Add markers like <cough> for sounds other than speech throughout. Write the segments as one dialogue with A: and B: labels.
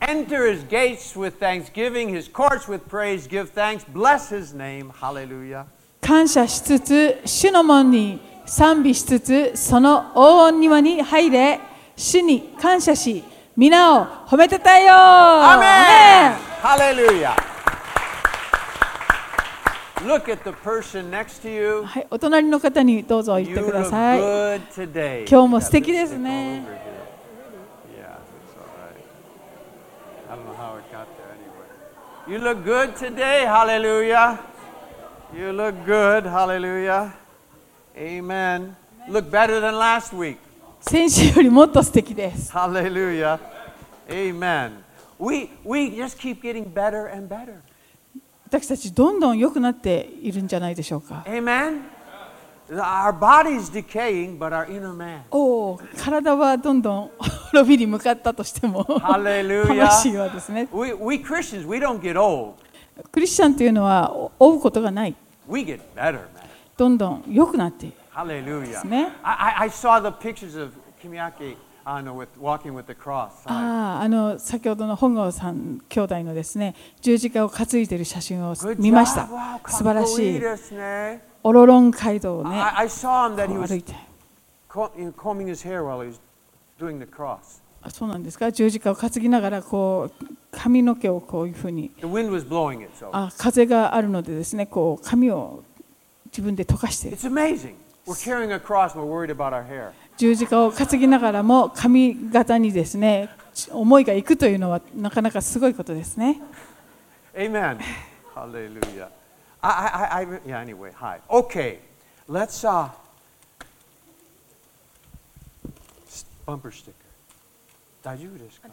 A: Enter his gates with thanksgiving, his courts with praise. Give thanks. Bless his name. Hallelujah.
B: 感謝しつつ、主の門に賛美しつつ、その黄金庭に入れ、主に感謝し、皆を褒めたたえよう。
A: Amen.
B: アメン
A: Hallelujah. Look at the person next to you.
B: はい、お隣の方にどうぞ言っ
A: You
B: てく
A: look
B: ださい。
A: good today.
B: 今日も素敵ですね
A: Yeah, it's all right. I don't know how it got there anyway. You look good today. Hallelujah. You look good. Hallelujah. Amen. Look better than last week. <laughs>
B: 先週よりもっと素敵です。
A: Hallelujah. Amen. We, we just keep getting better and better.
B: 私たちどんどん良くなっているんじゃないでしょうか。
A: Amen. Our body's decaying, but our inner man.
B: おお、体はどんどん <laughs> 滅びに向かったとしても、 <laughs>
A: Hallelujah.
B: 魂はですね、
A: We, we Christians, we don't get old.
B: クリスチャンというのは追うことがない。
A: We get better, man.
B: どんどん良くなっている。
A: Hallelujah.
B: ね。
A: I, I, I saw the pictures of Kimiaki Anno with walking with the cross.
B: ああ、あの先ほどの本郷さん兄弟のですね、十字架を担いでいる写真を
A: Good
B: 見ました。
A: Wow,
B: 素晴らしい
A: かっこいい。ですね。
B: オロロン街道をね、
A: I, I saw him that he
B: 歩
A: was
B: いて。
A: co- you know, combing his hair while he was doing the cross.
B: あそうなんですか十字架を担ぎながらこう髪の毛をこういうふうに
A: The wind was blowing it, so
B: あ風があるのでですねこう髪を自分で溶かしている
A: it's amazing. We're carrying a cross and we're worried about our hair.
B: 十字架を担ぎながらも髪型にですね思いがいくというのはなかなかすごいことですね
A: Amen. Hallelujah. I, I, I, I, yeah, anyway, hi. Okay, let's, uh, s- bumper sticker. 大丈夫ですか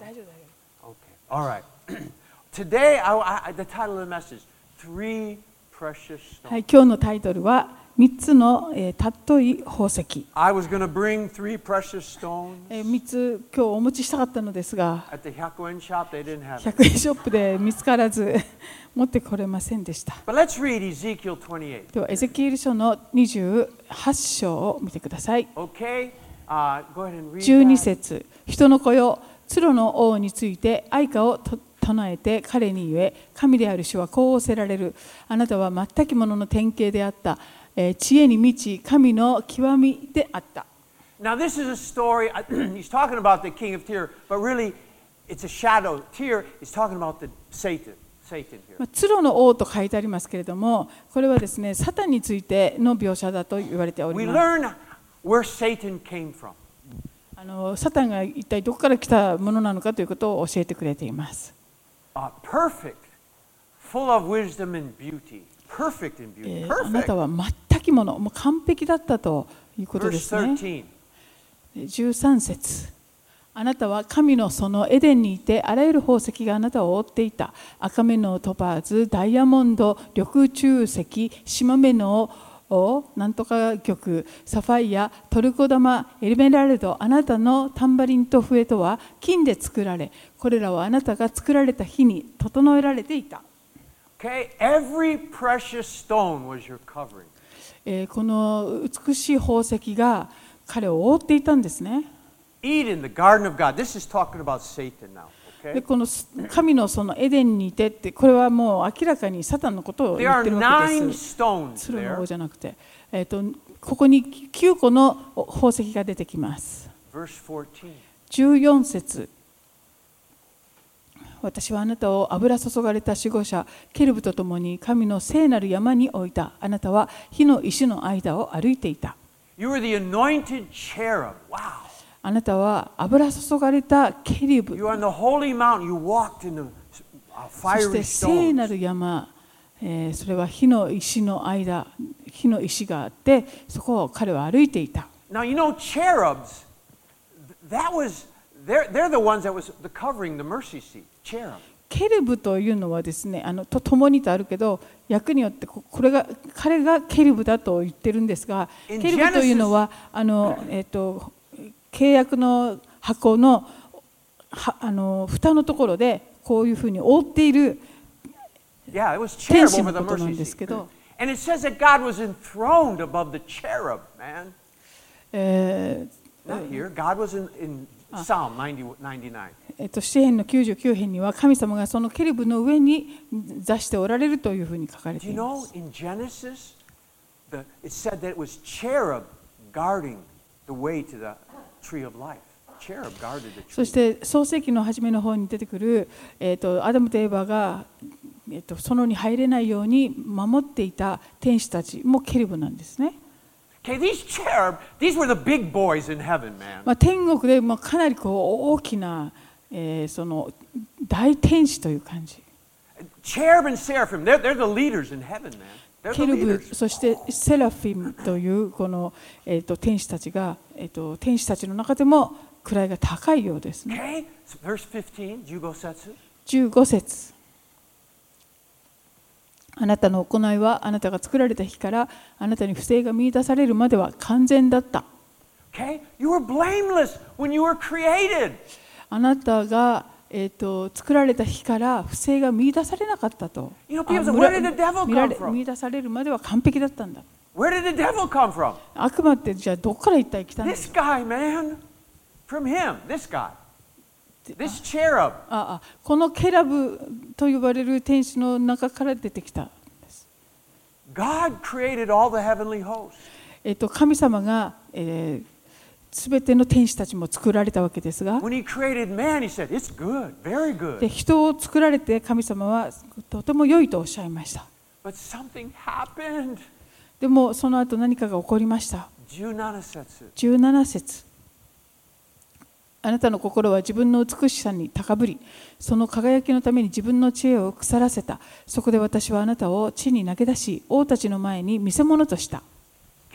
A: Okay, all right. <clears throat> Today, I, I, I- the title of the message, Three Precious
B: は
A: Stones.
B: い、今日のタイトルは「3つの、えー、尊い宝石
A: I was going to bring three precious」stones
B: えー、3つ今日お持ちしたかったのですが
A: at the Hyakuen shop. They didn't have it.
B: 100円ショップで見つからず持ってこれませんでした
A: But let's read Ezekiel 28.
B: ではエゼキエル書の28章を見てください
A: Okay? Uh, go ahead and read
B: 12
A: that.
B: 節人の子よ、鶴の王について愛歌をと唱えて彼に言え、神である主はこう仰せられる。あなたは全くものの典型であった。えー知恵に満ち、神の極みであった。
A: Now, this is a story. <clears throat> he's talking about the king of Tyre, but really, it's a shadow. Tyre is talking about the Satan. Satan here.
B: まあ鶴の王と書いてありますけれども、これはですね、サタンについての描写だと言われてお
A: We
B: ります。
A: learn where Satan came from.
B: あのサタンが一体どこから来たものなのかということを教えてくれています。
A: Uh, perfect, full of wisdom and beauty. Perfect in
B: え
A: beauty.
B: ーあな
A: Perfect.
B: たは全くもの、もう完璧だったということで
A: Verse
B: すね。
A: 13.
B: 13節あなたは神のそのエデンにいてあらゆる宝石があなたを覆っていた赤目のトパーズダイヤモンド緑中石島目のおなんとか玉サファイアトルコ玉エメラルドあなたのタンバリンと笛とは金で作られこれらはあなたが作られた日に整えられていた、
A: Okay, every precious stone was your covering.
B: えーこの美しい宝石が彼を覆っていたんですね
A: Eden, the garden of God. This is talking about Satan now.
B: で
A: Okay.
B: このす神のそのエデンにいてってこれはもう明らかにサタンのことを言
A: There
B: っ
A: are
B: てるわけ
A: nine
B: です。
A: stones
B: 鶴の
A: there.
B: 王じゃなくて、えー、とここに9個のお宝石が出てきます。
A: Verse 14.
B: 14節私はあなたを油注がれた守護者ケルブと共に神の聖なる山に置いたあなたは火の石の間を歩いていた
A: You were the anointed cherub. Wow.
B: あなたは油注がれたケルブ
A: You were on the holy mountain. You walked in the uh,
B: そして
A: fiery
B: 聖な
A: stones.
B: る山、えーそれは火の石の間、火の石があって、そこを彼は歩いていた。
A: Now you know cherubs. th- That was they're, they're the ones that was the covering the mercy seat. Cherub.
B: ケルブというのはですねあのと共にとあるけど役によってここれが彼がケルブだと言ってるんですが
A: In
B: ケルブというのはあの、えっと契約の箱のはあの蓋のところでこういうふうに覆っている
A: Yeah, it was cherub over the
B: 天使のことなん
A: mercy
B: ですけど。
A: seat. And it says that God was enthroned above the cherub, man.
B: えー
A: Not here. God was in, in Psalm 90, 99.
B: えっと、詩篇の99編には神様がそのケルブの上に座しておられるというふうに書かれ
A: Do
B: て
A: you
B: いま
A: know
B: す。
A: in Genesis, the, it said that it was cherub guarding the way to the tree of life. Cherub guarded the
B: そ
A: tree.
B: して創世記の初めの方に出てくる、えっとアダムとエバが、えっと園に入れないように守っていた天使たちもケルブなんですね。
A: Okay, these cherub, these were the big boys in heaven, man.
B: まあ、天国でまあかなりこう大きな、えーその大天使という感じ。
A: Cherub and seraphim, they're, they're the leaders in heaven, man. They're
B: ケ
A: the
B: ルブ
A: leaders.
B: そしてセラフィムというこの、えー、と天使たちが、えー、と天使たちの中でも位が高いようですね。
A: Okay, so verse 15, Jugosetsu.
B: 15節あなたの行いはあなたが作られた日からあなたに不正が見出されるまでは完全だった。
A: Okay, you were blameless when you were created.
B: あなたが、えー、と作られた日から不正が見出されなかったと。
A: You know,
B: あ
A: people say,
B: むら
A: "Where did the devil
B: 見られ
A: come from?"
B: 見出されるまでは完璧だったんだ。
A: Where did the devil come from?
B: 悪魔ってじゃあどこから一体来たんだ
A: This guy, man. From him, this guy. This cherub.
B: ああこのケラブと呼ばれる天使の中から出てきたんです。
A: God created all the heavenly hosts.
B: えっと、神様が、えー、全ての天使たちも作られたわけですが
A: When he created man, he said, It's good, very good.
B: で人を作られて神様はとても良いとおっしゃいました
A: But something happened.
B: でもその後何かが起こりました
A: Junanasetsu.
B: 17節あなたの心は自分の美しさに高ぶりその輝きのために自分の知恵を腐らせたそこで私はあなたを地に投げ出し王たちの前に見せ物とした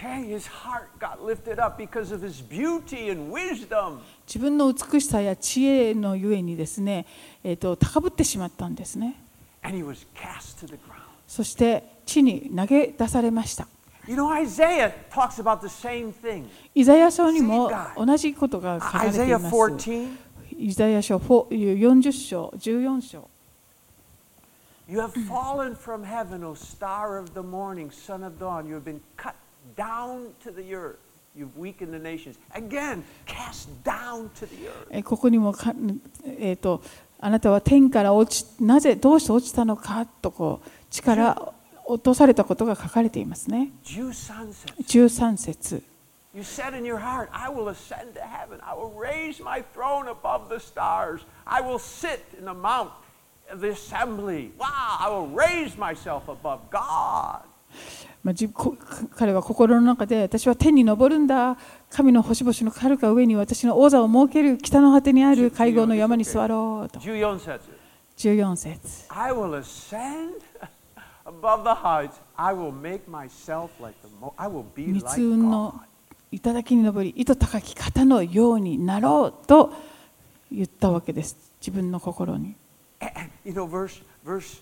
A: Okay, his heart got lifted up because of his beauty and wisdom.
B: 自分の美しさや知恵のゆえにですね、えー、と高ぶってしまったんですね
A: And he was cast to the ground.
B: そして地に投げ出されました
A: You know, Isaiah talks about the same thing.
B: イザヤ書にも
A: Same guy.
B: 同じことが書かれてい
A: Isaiah
B: ます
A: 14,
B: イザヤ書4 40章14章
A: You have fallen from heaven, O star of the morning, son of dawn. You have been cut down to the earth. You've weakened the nations. Again, cast down to the earth.
B: えーここにもか、えーと「あなたは天から落ちなぜどうして落ちたのか」とこう地から落とされたことが書かれていますね
A: Jew sunset.
B: 13節
A: You said in your heart, I will ascend to heaven. I will raise my throne above the stars. I will sit in the mount of the assembly. Wow, I will raise myself above God.
B: まあ、じこ彼は心の中で私は天に昇るんだ神の星々の遥か上に私の王座を設ける北の果てにある会合の山に座ろうと
A: Jew sunset.
B: 14節
A: I will ascend <laughs> above the heights. I will make myself like the mo- I will be
B: 密
A: like
B: 雲の
A: God.
B: 頂に登り糸高き方のようになろうと言ったわけです自分の心に
A: Eh, eh, You know, verse, verse.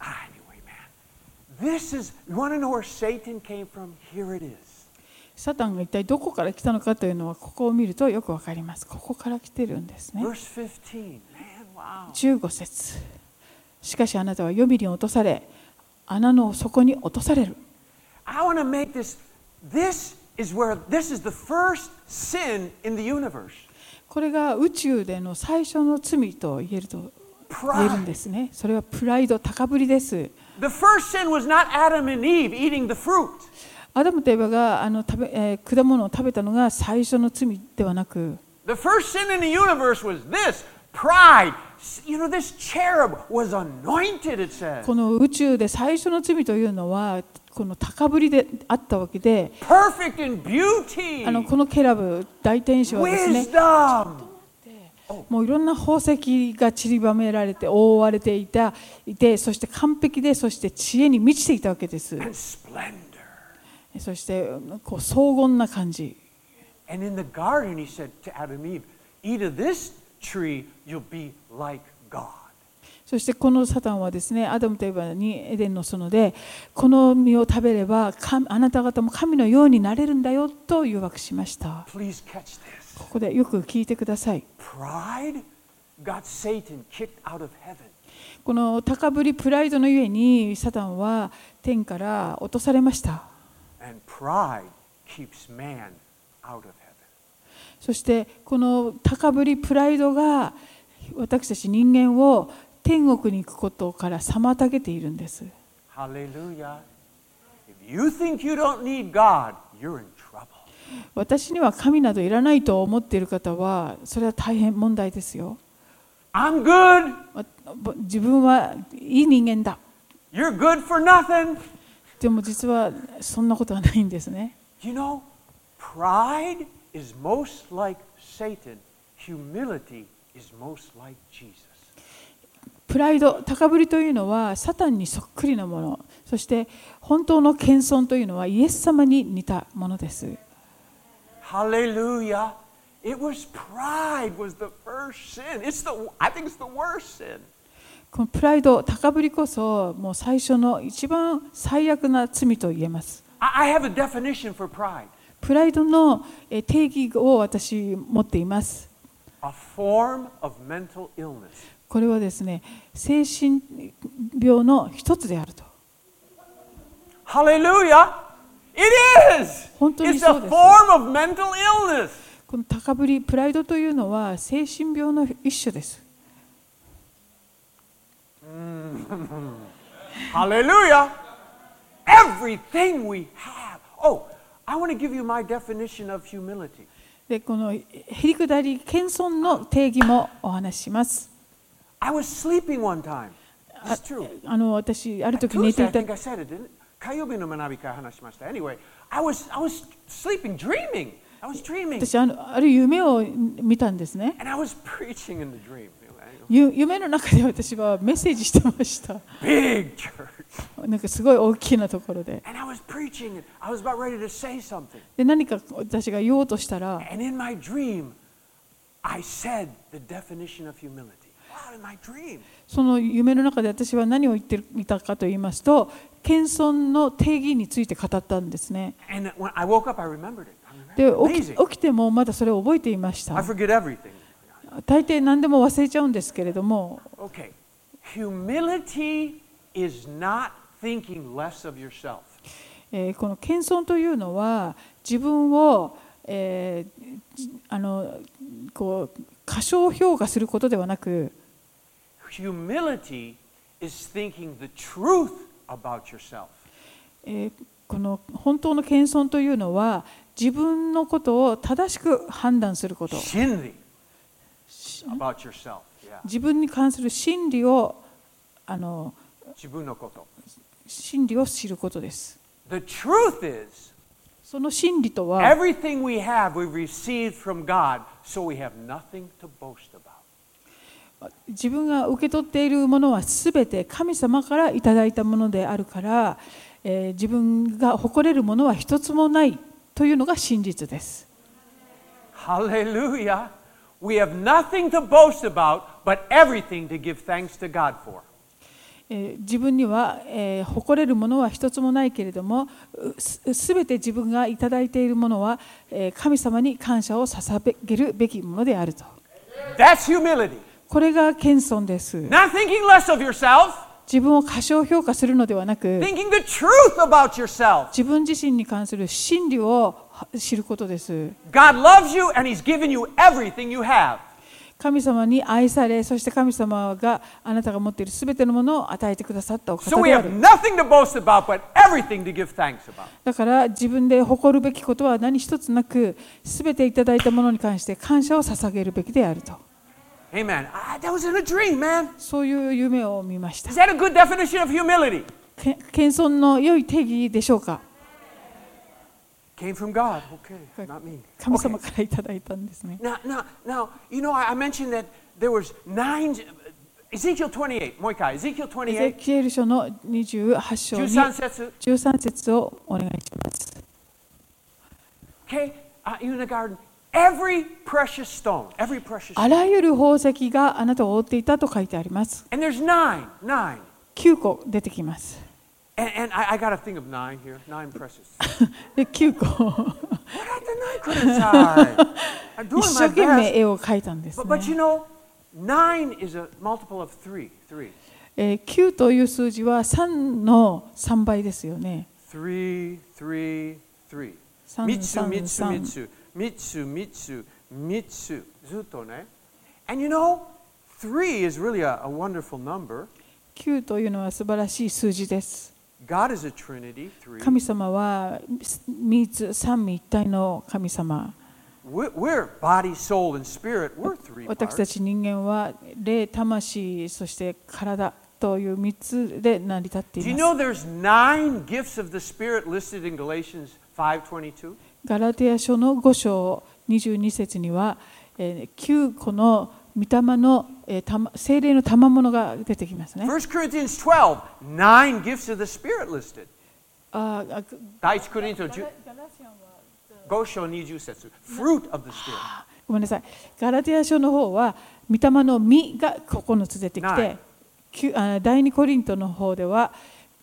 A: Ah, anyway, man, this is. You want to know where Satan came from? Here it is.
B: サタンが一体どこから来たのかというのはここを見るとよくわかりますここから来てるんですね
A: Verse 15. Man, wow.
B: 15節しかしあなたは予備に落とされ穴の底に落とされる
A: I want to make this. This is where. This is the first sin in the universe.
B: これが宇宙での最初の罪と言えると言えるん
A: Pride.
B: ですねそれはプライド高ぶりです
A: The first sin was not Adam and Eve eating the fruit.
B: アダムとエバがあの食べ、えー果物を食べたのが最初の罪ではなく
A: The first sin in the universe was this pride. S- You know, this cherub was anointed, it says.
B: この宇宙で最初の罪というのはこの高ぶりであったわけで
A: Perfect in beauty,
B: あのこのケラブ大天使はですね
A: wisdom.
B: もういろんな宝石が散りばめられて覆われていたいてそして完璧でそして知恵に満ちていたわけです
A: and splendor.
B: そしてこう荘厳な感じ
A: And in the garden, he said to Adam and Eve, Eat of this tree, you'll be like God.
B: そしてこのサタンはですねアダムとエバにエデンの園でこの実を食べれば神あなた方も神のようになれるんだよと誘惑しました
A: Please catch this.
B: ここでよく聞いてください
A: Pride got Satan kicked out of heaven.
B: この高ぶりプライドのゆえにサタンは天から落とされました
A: And pride keeps man out of heaven.
B: そしてこの高ぶりプライドが私たち人間を天国に行くことから妨げているんです
A: Hallelujah. If you think you don't need God, you're in trouble.
B: 私には神などいらないと思っている方はそれは大変問題ですよ
A: I'm good.
B: わ自分はいい人間だ
A: You're good for nothing.
B: でも実はそんなことはないんですね
A: You know, pride is most like Satan, humility is most like Jesus.
B: プライド高ぶりというのはサタンにそっくりなものそして本当の謙遜というのはイエス様に似たものです
A: Hallelujah. It was pride was the first sin. It's the I think it's the worst sin.
B: このプライド高ぶりこそもう最初の一番最悪な罪と言えます
A: I, I have a definition for pride.
B: プライドのえー定義を私持っています
A: A form of mental illness.
B: これはですね精神病の一つであると
A: Hallelujah. It is.
B: 本当に
A: It's a
B: そうです。
A: form of mental illness.
B: この高ぶりプライドというのは精神病の一種です
A: Hallelujah. Everything we have. Oh, I want to give you my definition of humility.
B: でこのへりくだり謙遜の定義もお話しします
A: I was sleeping one time. It's true.
B: あの私ある時寝
A: Tuesday,
B: て
A: I
B: い
A: think
B: た
A: I said it, didn't I? 火曜日の学び会話しました。Anyway, I was, I was sleeping, dreaming. I was dreaming.
B: 私あのある夢を見たんですね
A: And I was preaching in the dream.
B: ゆ夢の中で <laughs> 私はメッセージしてました
A: Big church.
B: なんかすごい大きなところで
A: And I was preaching, and I was about ready to say something.
B: で何か私が言おうとしたら
A: And in my dream, I said the definition of humility. Wow, in my dream.
B: その夢の中で私は何を言っていたかと言いますと謙遜の定義について語ったんですね
A: And when I woke up, I remembered it. I remembered
B: で
A: it.
B: 起き
A: Amazing.
B: 起きてもまだそれを覚えていまし
A: I
B: た
A: forget everything.
B: 大抵何でも忘れちゃうんですけれども
A: Okay. Humility is not thinking less of yourself.
B: えーこの謙遜というのは自分を、えーじあのこう過小評価することではなく
A: Humility is thinking the truth about yourself.
B: えーこの本当の謙遜というのは自分のことを正しく判断すること
A: Shinri about yourself. Yeah.
B: 自分に関する真理をあの
A: 自分のこと。
B: 真理を知ることです
A: The truth is,
B: その真理とは
A: everything we have we received from God, so we have nothing to boast about.
B: 自分が受け取っているものはすべて神様からいただいたものであるから、えー自分が誇れるものは一つもないというのが真実です。
A: Hallelujah. We have nothing to boast about, but everything to give thanks to God for.
B: えー自分には、えー誇れるものは一つもないけれどもすべて自分がいただいているものは、えー神様に感謝を捧げるべきものであると
A: That's humility.
B: これが謙遜です
A: Not thinking less of yourself,
B: 自分を過小評価するのではなく
A: thinking the truth about yourself.
B: 自分自身に関する真理をは知ることです
A: God loves you and He's given you everything you have.
B: 神様に愛され、そして神様があなたが持っているすべてのものを与えてくださったお
A: So
B: 方
A: we
B: であ
A: have
B: る。
A: nothing to boast about, but everything to give thanks about.
B: だから自分で誇るべきことは何一つなく、すべていただいたものに関して感謝を捧げるべきであると。
A: Amen. Ah, that was in a dream, man.
B: そういう夢を見ました
A: Is。that a good definition of humility?
B: け謙遜の良い定義でしょうか
A: Came from God. Okay, not me.
B: 神
A: Okay.
B: 様からいただいたんですね。
A: Now, now, now, you know, I, I mentioned that there was nine, Ezekiel 28, Moikai, Ezekiel
B: エゼ
A: 28,
B: キエル書の28章に
A: 13 setsu.
B: 13節をお願いします。
A: Okay, uh, you in the garden, every precious stone, every precious
B: あ
A: stone.
B: らゆる宝石があなたを覆っていたと書いてあります。
A: And there's nine, nine.
B: 9個出てきます。
A: And, and I, I got to think of nine here, nine precious.
B: で9個
A: what are the nine criticized? I'm
B: 一
A: doing
B: 生
A: my
B: 懸命
A: best.
B: 絵を描いたんです、ね
A: But, but you know, nine is a multiple of three, three.
B: えー9という数字は3の3倍ですよね。
A: Three, three, three.
B: 三
A: Mitsu,
B: 三
A: Mitsu,
B: 三
A: Mitsu, Mitsu, Mitsu, Mitsu. Zuto ne? And you know, three is really a, a wonderful number.
B: 9というのは素晴らしい数字です。
A: God is a trinity, three.
B: 神様は三つ三位一体の神様。
A: We're, we're body, soul, and spirit. We're three
B: 私
A: parts.
B: たち人間は霊、魂、そして体という三つで成り立って
A: Do you
B: いま
A: know
B: す。
A: there's nine gifts of the Spirit listed in Galatians 5.22?
B: ガラテヤ書の5章22節には、えー、9個の御霊の、えーたま精霊の賜物が出てきますね。
A: 1 Corinthians 12, nine gifts of the Spirit listed.
B: ああぐ
A: 第一コリント10 5章20節 Fruit of the Spirit.
B: ごめんなさい。ガラテヤ書の方は、御霊の実が9つ出てき
A: ない
B: て、きゅあ第2コリントの方では、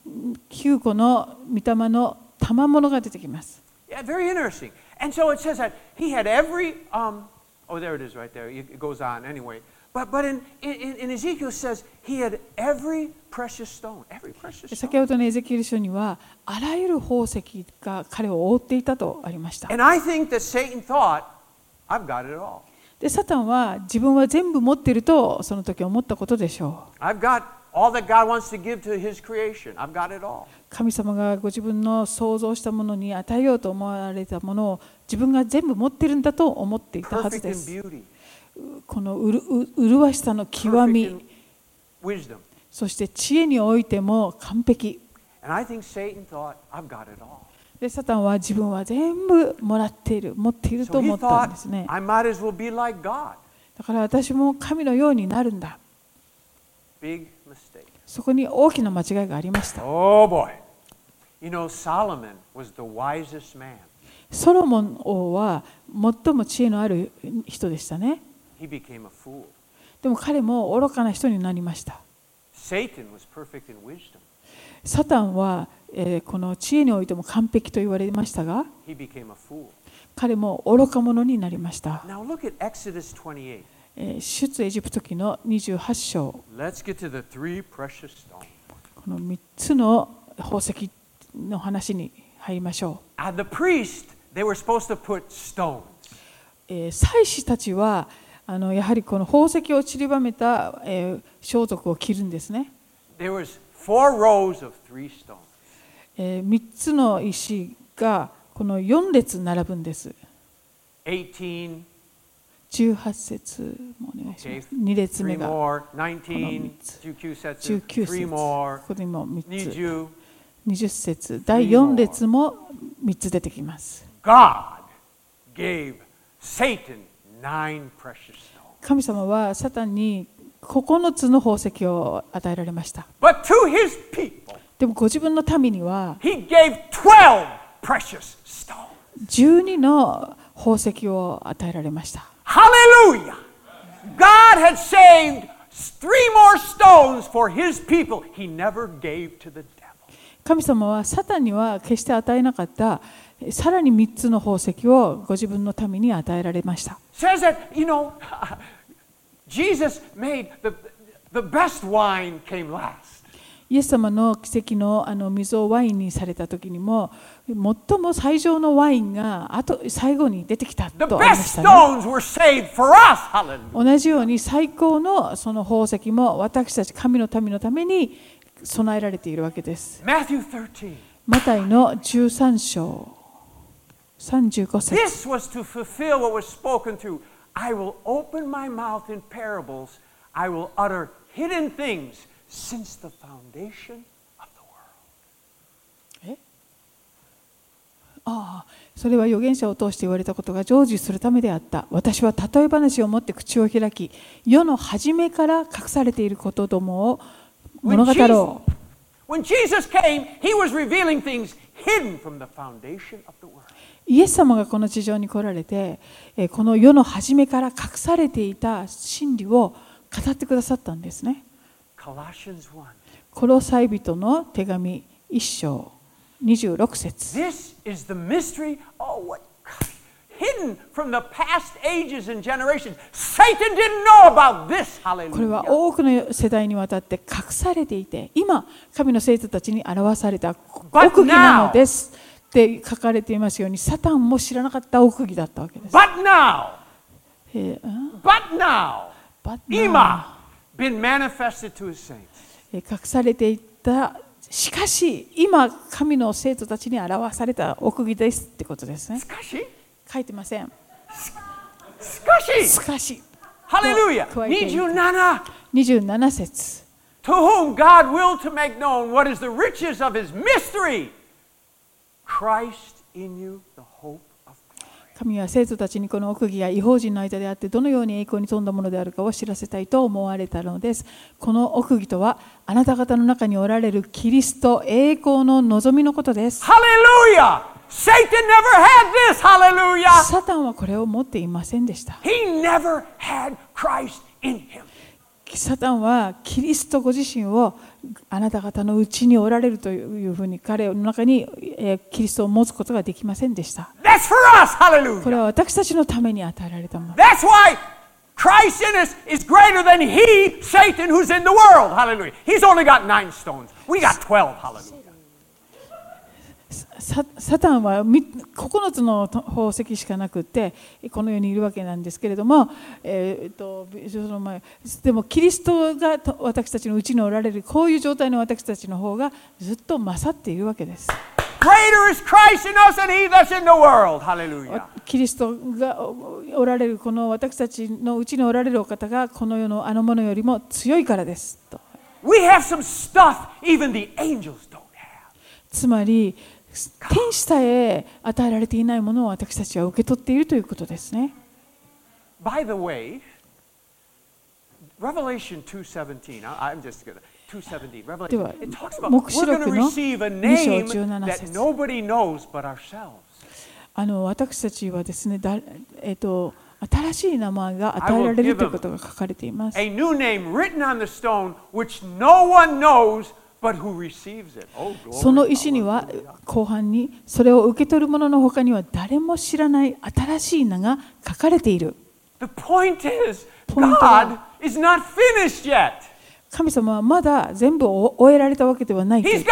B: 9個の御霊の賜物が出てきます。
A: Yeah, very interesting. And so it says that he had every, um, oh, there it is right there. It goes on anyway. But, but in, in, in Ezekiel it says he had every precious stone, every precious
B: 先
A: stone.
B: ほどのエゼキエル書には、あらゆる宝石が彼を覆っていたとありました。
A: And I think that Satan thought, I've got it all.
B: で、サタンは自分は全部持っていると、その時思ったことでしょう。
A: I've got all that God wants to give to his creation. I've got it all.
B: 神様がご自分の創造したものに与えようと思われたものを自分が全部持っているんだと思っていたはず
A: Perfect
B: で
A: in
B: す。
A: beauty,
B: このうるう麗しさの極
A: perfect
B: み
A: in、wisdom.
B: そして知恵においても完璧。
A: And I think Satan thought, I've got it all.
B: で、サタンは自分は全部もらっている、持っていると
A: So he
B: 思ったんで
A: thought,
B: すね。
A: I might as well be like God.
B: だから私も神のようになるんだ。
A: Big mistake.
B: そこに大きな間違いがありました。
A: Oh boy. You know, Solomon was the wisest man.
B: ソロモン王は最も知恵のある人でしたね。
A: He became a fool.
B: でも彼も愚かな人になりました。
A: Satan was perfect in wisdom.
B: サタンは、えーこの知恵においても完璧と言われましたが、
A: He became a fool.
B: 彼も愚か者になりました。
A: Now look at Exodus 28.
B: えー出エジプト記の28章。
A: Let's get to the three precious stones.
B: この3つの宝石の話に入りましょ
A: Uh, the priest, they were supposed to put stones.
B: う。えー祭司たちはあのやはりこの宝石を散りばめた、えー装束を着るんですね。
A: There was four rows of three stones.
B: え3つの石がこの4列並ぶんです。
A: 18,
B: 18節もお願いしま
A: okay,
B: す。2列
A: three
B: 目が
A: more, 19,
B: この三つ。
A: 19 sets, three
B: 19節。
A: more,
B: ここでも3つ。
A: 20.
B: 20節。第4列も3つ出てきます。
A: God gave Satan nine precious stones.
B: 神様はサタンに9つの宝石を与えられました。
A: But to his people,
B: でもご自分の民には
A: he gave 12 precious stones.
B: 12の宝石を与えられました。
A: Hallelujah! God had saved three more stones for his people he never gave to the devil.
B: 神様はサタンには決して与えなかったえさらに3つの宝石をご自分の民に与えられました。
A: Says that, you know, <laughs> Jesus made the, the best wine came last.
B: イエス様の奇跡のあの水をワインにされた時にも最も最上のワインがあと最後に出てきた
A: The
B: とあり
A: best
B: ました、ね。
A: stones were saved for us. Hallelujah.
B: 同じように最高のその宝石も私たち神の民のために備えられているわけです。
A: Matthew 13.
B: マタイの13章35節
A: This was to fulfill what was spoken through. I will open my mouth in parables. I will utter hidden things since the foundation of the world.
B: えああそれは預言者を通して言われたことが成就するためであった私は例え話を持って口を開き世の初めから隠されていることどもを物語ろう
A: when Jesus came, he was revealing things hidden from the foundation of the world.
B: イイエス様がこの地上に来られて、えーこの世の初めから隠されていた真理を語ってくださったんですね。
A: Colossians 1.
B: コロサイ人の手紙1章26節
A: This is the mystery. Oh, what hidden from the past ages and generations. Satan didn't know about this.
B: これは
A: Hallelujah.
B: 多くの世代にわたって隠されていて、今、神の生徒たちに表された奥義なのですって書かれていますように、サタンも知らなかった奥義だったわけです。
A: But now,
B: えーん
A: but now,
B: But now
A: Ima, been manifested to his saints.
B: えー隠されていた、しかし、今、神の生徒たちに表された奥義ですってことですね。
A: Skashi,
B: 書いてません。
A: skashi.
B: しかし、
A: Hallelujah.
B: Quite
A: Need
B: good.
A: you, Nana.
B: 27節
A: To whom God will to make known what is the riches of his mystery. Christ in you, the hope of glory.
B: 神は生徒たちにこの奥義が違法人の間であってどのように栄光に富んだものであるかを知らせたいと思われたのです。この奥義とはあなた方の中におられるキリスト栄光の望みのことです。
A: Hallelujah. Satan never had this. Hallelujah.
B: サタンはこれを持っていませんでした。
A: He never had Christ in him.
B: サタンはキリストご自身をあなた方のうちにおられるというふうに彼の中にえーキリストを持つことができませんでした。
A: That's for us.
B: これ
A: Hallelujah.
B: は私たちのために与えられたもの。
A: That's why Christ in us is greater than he, Satan, who's in the world. Hallelujah. He's only got nine stones. We got 12. Hallelujah.
B: ササタンはみ9つの宝石しかなくってこの世にいるわけなんですけれども、えーえっとその前でもキリストがと私たちのうちにおられるこういう状態の私たちの方がずっと勝っているわけです。
A: Greater is Christ in us than he that's in the world. Hallelujah.
B: キリストがおおられるこの私たちのうちにおられるお方がこの世のあのものよりも強いからですと。
A: We have some stuff even the angels don't have.
B: つまり天使さえ与えられていないものを私たちは受け取っているということですね。
A: By the way, Revelation 2.17, I- I'm just going to, 2.17,
B: では、
A: Revelation, it talks about we're
B: 黙示録の
A: going to receive a
B: 2章
A: name
B: 17
A: that
B: 節。
A: nobody knows but ourselves.
B: あの私たちはですね、だえっと新しい名前が
A: I
B: 与え
A: will
B: られ
A: give
B: る
A: him
B: ということが書かれています。
A: a new name written on the stone which no one knows but who receives it. Oh,
B: その
A: glory.
B: 石には後半にそれを受け取る者の他には誰も知らない新しい名が書かれている。
A: The point is,
B: Point
A: God is not finished yet.
B: 神様はまだ全部を終えられたわけではないという
A: He's
B: こ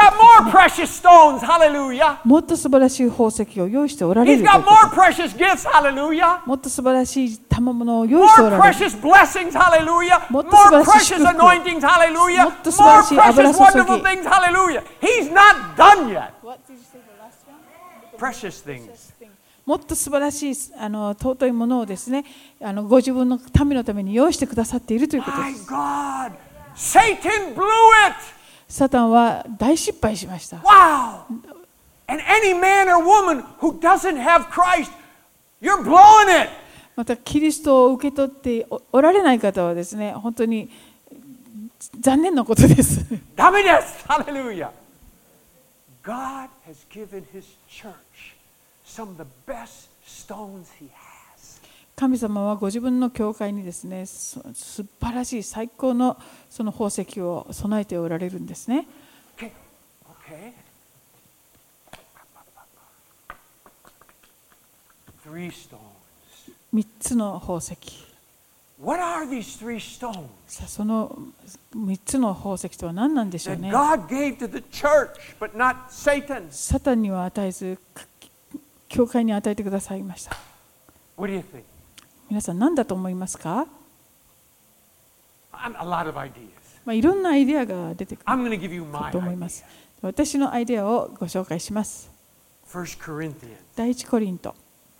B: とです
A: got more precious stones.
B: ね
A: Hallelujah.
B: もっと素晴らしい宝石を用意しておられ
A: He's
B: るという
A: got
B: こと
A: more precious gifts. Hallelujah.
B: もっと素晴らしい賜物を用意してお
A: More
B: られる。
A: precious blessings, hallelujah. More
B: もっと素晴らしい祝福。
A: precious anointings, hallelujah.
B: もっと素晴らしい
A: More precious
B: 油注ぎ。
A: wonderful things, hallelujah. He's not done yet. Precious things.
B: もっと素晴らしいあの尊いものをですねあのご自分の民のために用意してくださっているということで
A: My
B: す。
A: God. Satan blew it.
B: サタンは大失敗しました。
A: Wow! And any man or woman who doesn't have Christ, you're blowing it.
B: またキリストを受け取っておおられない方はですね本当に残念なことです。 <laughs>
A: Dominus, <laughs> hallelujah. God has given his church some of the best stones he has.
B: 神様はご自分の教会にですねす素晴らしい最高のその宝石を備えておられるんですね。
A: Okay, okay. Three stones.
B: 3つの宝石。
A: What are these three stones
B: さあその3つの宝石とは何なんでしょう
A: that
B: ね。
A: God gave to the church, but not Satan?
B: サタンには与えず、か教会に与えてくださいました。
A: What do you think?
B: 皆さん、何だと思いますか、
A: I'm, a lot of ideas.
B: まあ、いろんなアイデアが出てくる
A: I'm going to give you my
B: と思い
A: idea.
B: ます。私のアイデアをご紹介します。
A: 1 Corinthians
B: 第一コリント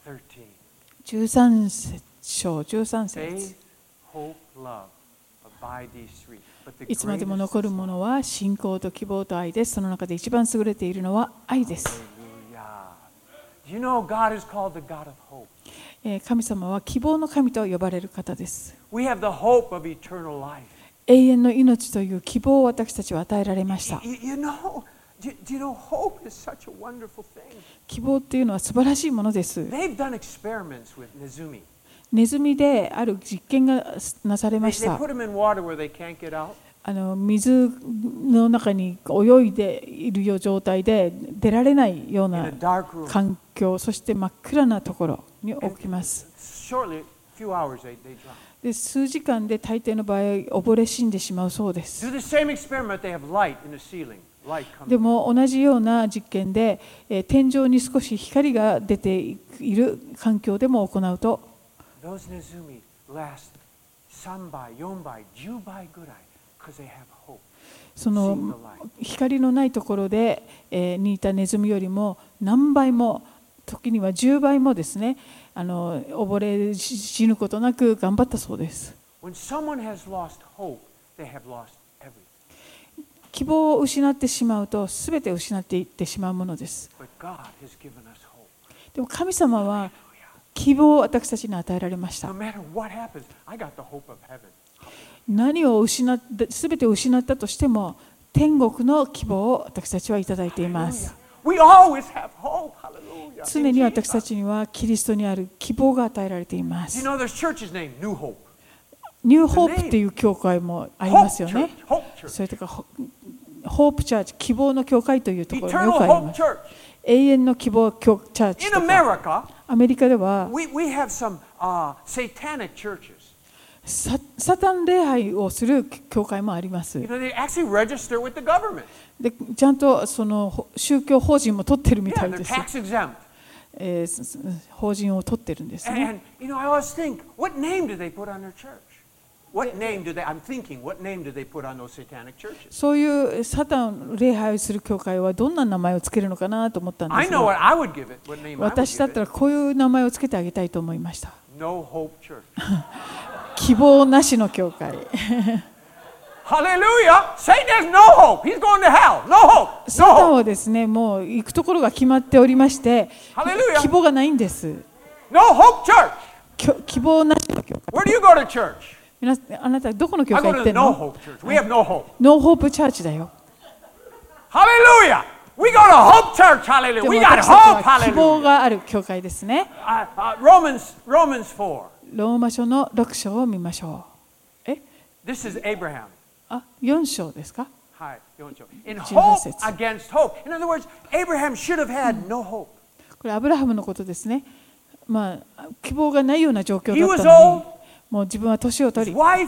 A: 13.
B: 13節章13節
A: Faith, hope, love abide these three. But the
B: いつまでも
A: greatest
B: 残る
A: is
B: ものは信仰と希望と愛です。その中で一番優れているのは愛です。
A: Hallelujah. Do you know God is called the God of hope?
B: えー神様は希望の神と呼ばれる方です。
A: We have the hope of eternal life.
B: 永遠の命という希望を私たちは与えられました
A: Y-。you know, Do, do you know, hope is such a wonderful thing.
B: 希望っていうのは素晴らしいものです。
A: They've done experiments with Nezumi.
B: ネズミである実験がなされ
A: They,
B: まし
A: they
B: た
A: put。them in water where they can't get out.
B: あの水の中に泳いでいるよう状態で出られないよう
A: in a
B: な
A: dark room.
B: 環境、そして真っ暗なところに置きます。
A: Shortly, a few hours, they, they drown.
B: で数時間で大抵の場合溺れ死んでしまうそうで
A: Do
B: す。
A: the same experiment. They have light in the ceiling. Light
B: で
A: comes.
B: も同じような実験で、えー天井に少し光が出ている環境でも行うと
A: Those Nezumi last sambai, yombai, jubai gurai because they have hope.
B: そ
A: Seeing the
B: の
A: light.
B: 光のないところで、えーにいたネズミよりも何倍も時には10倍もですねあの溺れし死ぬことなく頑張ったそうです
A: When someone has lost hope, they have lost everything.
B: 希望を失ってしまうと全て失っていってしまうものです
A: But God has given us hope.
B: でも神様は希望を私たちに与えられまし
A: No
B: た
A: matter what happens, I got the hope of heaven.
B: 何を失って全てを失ったとしても天国の希望を私たちはいただいていま
A: Hallelujah.
B: す
A: We always have hope. Hallelujah.
B: 常
A: In
B: に
A: Jesus.
B: 私たちにはキリストにある希望が与えられていま
A: Do you
B: す
A: know there's church's name, New Hope?
B: ニューホープっていう教会もありま
A: Hope
B: すよ
A: Church.
B: ね
A: Hope Church.
B: それとかホホープチャーチ希望の教会というところによ
A: Eternal
B: くあり
A: Hope
B: ます。
A: Church.
B: 永遠の希望教チャーチ
A: In
B: とか
A: America,
B: アメリカでは
A: we, we have some uh, satanic churches.
B: ササタン礼拝をする教会もあります
A: You。know, they actually register with the government.
B: でちゃんとそのほ宗教法人も取ってるみた
A: Yeah,
B: い
A: they're
B: です。
A: tax exempt.
B: えーすす法人を取ってるんです
A: And,
B: ね。
A: and, you know, I always think, what name do they put on their church? What name do they? I'm thinking, what name do they put on those satanic churches?
B: そういうサタン礼拝をする教会はどんな名前をつけるのかなと思ったん
A: I
B: です
A: know what
B: が
A: I would give it. What name I would
B: 私だっ
A: give
B: た
A: it?
B: らこういう名前をつけてあげたいと思いました。
A: No Hope Church. <laughs>
B: 希望なしの教会。
A: Hallelujah! Satan has no hope. He's going to hell. No hope.
B: サ
A: No
B: タン
A: hope.
B: はですね、もう行くところが決まっておりまして、
A: Hallelujah.
B: 希望がないんです。
A: No Hope Church.
B: きょ希望なしの教会。
A: Where do you go to church?
B: 皆さんあなた、どこの教
A: I
B: 会
A: go
B: 行
A: to
B: っ
A: the
B: てん
A: No
B: の
A: Hope Church. We have no hope.
B: ノーホープチャーチだよ。
A: Hallelujah! We go to Hope Church.
B: で
A: Hallelujah.
B: も
A: We got
B: 私たち
A: hope.
B: は希望
A: Hallelujah.
B: がある教会ですね。
A: Uh, uh, Romans, Romans 4.
B: ローマ書の6章を見ましょう。え
A: This is Abraham.
B: あ、4章ですか
A: Hi, don't you? In
B: Jesus,
A: hope
B: it's-
A: against hope. In other words, Abraham should have had no hope.
B: これ、アブラハムのことですね。まあ、希望がないような状況
A: He
B: だ
A: was
B: ったのに、もう自分は年を
A: His
B: 取り、
A: wife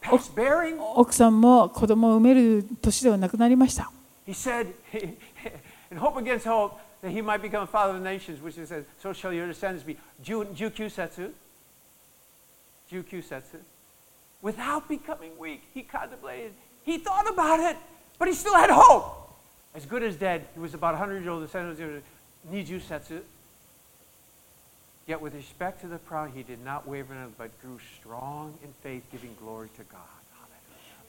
A: past bearing.
B: 奥さんも子供を産める年ではなくなりました。
A: He said, <laughs> in hope against hope, that he might become a father of the nations, which is, says, so shall your descendants be. Ju- Jukyusetsu. Jukyusetsu. Without becoming weak, he contemplated, he thought about it, but he still had hope. As good as dead, he was about 100 years old, the sentence was Nijusetsu. Yet with respect to the proud, he did not waver in it, but grew strong in faith, giving glory to God.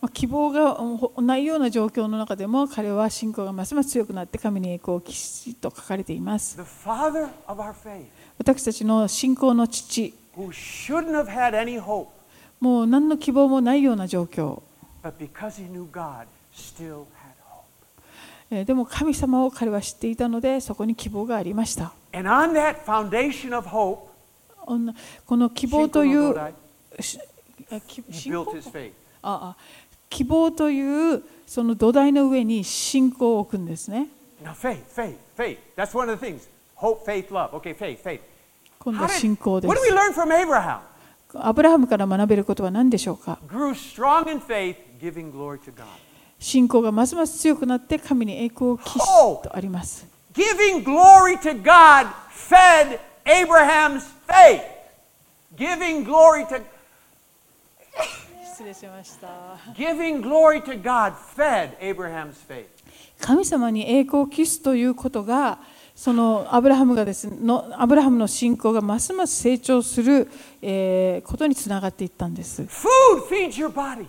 B: まあ希望がうんほないような状況の中でも彼は信仰がますます強くなって神に栄光を期しと書かれています。
A: The father of our faith,
B: 私たちの信仰の父、
A: who shouldn't have had any hope,
B: もう何の希望もないような状況、
A: But because he knew God, still had hope.
B: えーでも神様を彼は知っていたのでそこに希望がありました。
A: And on that foundation of hope,
B: おんなこの希望とい
A: Shinko
B: う
A: no Dodai
B: しあき
A: he
B: 信
A: built
B: 仰
A: his faith.
B: ああ希望というその土台の上に信仰を置くんですね。
A: Now, faith, faith, faith. That's one of the things. Hope, faith, love. Okay, faith, faith.
B: 今度
A: How
B: は
A: did-
B: 信仰で
A: what do we
B: す。
A: learn from Abraham?
B: アブラハムから学べることは何でしょうか
A: Grew strong in faith, giving glory to God.
B: 信仰がますます強くなって神に栄光を期し
A: ほう
B: とあります。
A: Giving glory to God fed Abraham's faith. Giving glory to
B: 失礼しました。
A: giving glory to God fed Abraham's faith.
B: 神様に栄光を期すということが、そのアブラハムがですねのアブラハムの信仰がますます成長する、えーことにつながっていったんです。
A: Food feeds your body.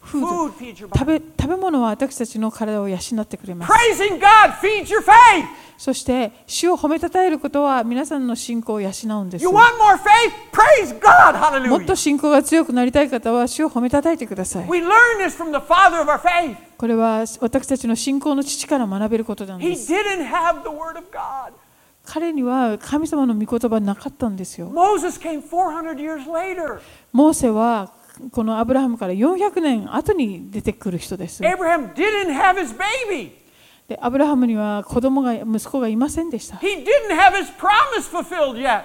B: フー
A: Food
B: ズ
A: feeds your
B: 食
A: body.
B: べ食べ物は私たちの体を養ってくれます
A: Praising God feeds your faith.
B: そして主を褒めたたえることは皆さんの信仰を養うんです
A: You want more faith? Praise God.
B: もっと
A: Hallelujah.
B: 信仰が強くなりたい方は主を褒めたたえてください
A: We learn this from the father of our faith.
B: これは私たちの信仰の父から学べることなん
A: He
B: です
A: didn't have the word of God.
B: 彼には神様の御言葉なかったんですよ
A: Moses came 400 years later.
B: モーセはこのアブラハムから400年後に出てくる人です。
A: Abraham didn't have his baby.
B: でアブラハムには子供が息子がいませんでした。
A: He didn't have his promise fulfilled yet.